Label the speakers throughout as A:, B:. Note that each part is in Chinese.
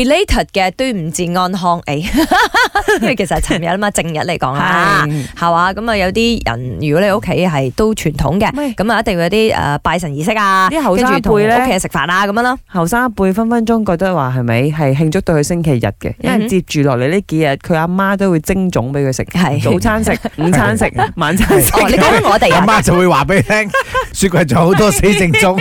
A: belated 嘅端午節安康，誒， 因為其實係尋日啊嘛，正日嚟講啦，
B: 係
A: 係嘛？咁啊有啲人，如果你屋企係都傳統嘅，
B: 喂
A: 咁啊一定會有啲誒拜神儀式啊，
B: 啲後生
A: 跟住同
B: 一輩呢
A: 屋企人食飯啊咁樣咯。
B: 後生一輩分分鐘覺得話係咪係慶祝到佢星期日嘅，因
A: 嗯哼
B: 為接住落嚟呢幾日，佢阿媽都會蒸粽俾佢食，
A: 係
B: 早 餐食、午餐食、晚餐食。
A: 哦，你講緊我哋
C: 阿
A: 啊，
C: 媽就會話俾你聽，雪櫃仲有好多死剩種，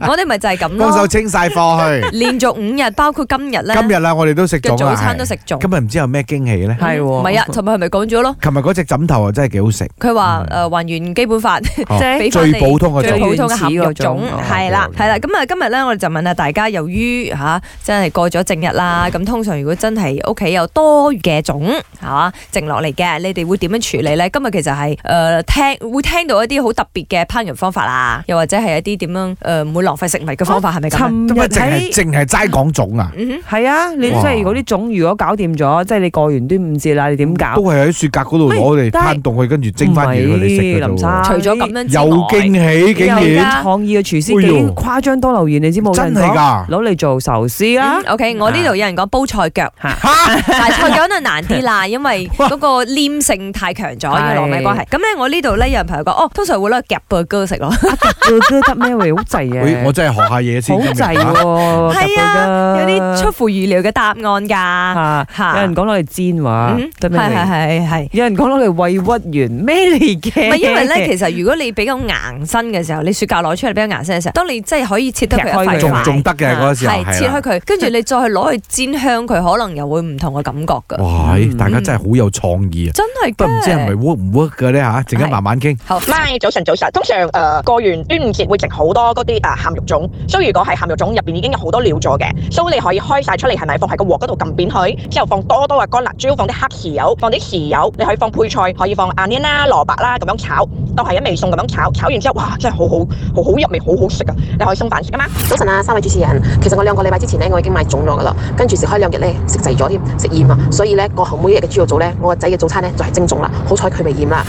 A: 我哋咪就係咁
C: 幫手
A: 咯，
C: 清晒貨去。
A: 連續五日，包括今日咧，
C: 今日啦，我哋都食
A: 啊嘅
C: 粽
A: 早
C: 啦，
A: 餐都
C: 係
A: 食粽。
C: 今日唔知有咩驚喜咧？
B: 係喎
A: 唔係啊，尋日係咪講咗咯？
C: 琴日嗰只枕頭啊，真係幾好食，
A: 佢話誒還原基本法。 俾返你
C: 嗯哦最普通嘅
A: 最
C: 粽。
A: 普通嘅鹹肉粽
B: 最原始嗰種
A: 係啦
C: 哦，
A: 係啦。咁啊，今日咧，我哋就問下大家，由於嚇、真係過咗正日
C: 嗯
A: 啦，咁通常如果真係屋企有多餘嘅粽嚇剩落嚟嘅，你哋會點樣處理咧？今日其實係誒、呃、聽會聽到一啲好特別嘅烹飪方法啦，又或者係一啲點樣誒唔會浪費食物嘅方法， 係咪咁啊？
B: 尋
C: 咁
B: 日
C: 啊，淨係
B: 喺
C: 淨係齋講 粽啊，
A: 嗯
B: 係啊，你即
C: 哇
B: 係嗰啲粽如果搞掂咗，即係你過完端午節啦，你點
C: 都
B: 搞？
C: 係喺雪格嗰度攞嚟攤凍佢，跟住蒸翻完佢哋食
B: 唔
C: 嘅啫
B: 係林
C: 喎
B: 生
A: 哼，除咗咁樣之
C: 啊有
A: 外，
C: 驚喜，竟
A: 有
C: 然
A: 㗎
B: 創意嘅廚師
C: 哎呦
B: 幾誇張多留言，你知冇？
C: 真
B: 有人
C: 係
B: 講
C: 㗎。
B: 攞嚟做壽司啊啦
A: 嗯。OK，我呢度
C: 啊
A: 有人講煲菜腳， 但係菜腳就難啲 啦，因為嗰個黏性太強咗，因為糯米關係。咁咧，我呢度咧有人朋友講，哦，通常會攞嚟夾 burger 食咯。
C: 啊
A: 嗯
B: 做歌得咩喂？好滯
C: 喂
B: 嘅，
C: 我真係學下嘢先。
B: 好
C: 今日
B: 滯
C: 啊
B: 喎，
A: 係啊，有啲出乎預料嘅答案㗎。
B: 嚇，
A: 嚇
B: 啊有人講攞嚟煎
C: 啊
B: 話
A: 嗯，
B: 得
A: 係
B: 咩喂
A: 係係 係。
B: 有人講攞嚟喂屈原咩嚟嘅？
A: 唔係因為咧，其實如果你比較硬身嘅時候，你雪蛤攞出嚟比較硬身嘅時候，當你真係可以切得佢一塊
B: 劈開佢
C: 仲
A: 塊，
C: 仲得嘅嗰時候啊
A: 係切開佢，跟住你再去攞去煎香佢，可能又會唔同嘅感覺㗎。
C: 哇！
B: 嗯
C: 大家真係好有創意啊，
A: 真係
C: 不
A: 㗎
C: 過唔知係咪 work 唔 work 嘅咧吓，陣間慢慢傾。
A: 好。
D: 咪早晨早晨，通常誒、呃、過完端午節會食好多嗰啲誒鹹肉粽，所以如果係鹹肉粽入邊已經有好多料咗嘅，所以你可以開晒出嚟，係咪放喺個鑊嗰度撳扁佢，之後放多啊多嘅乾辣椒，放啲黑豉油，放啲豉油，你可以放配菜，可以放 onion 啦、蘿蔔啦咁樣炒，當係一味餸咁樣炒，炒完之後哇真係好好好好入味，好好食啊！你可以送飯食啊嘛。
E: 早晨啊，三位主持人，其實我兩個禮拜之前咧，我已經買粽咗噶啦，跟住食開兩日咧，食滯咗添，食厭啊，所以咧，過後每一日嘅豬肉組咧，我個仔嘅早餐咧就係蒸粽啦，好彩佢未厭啦。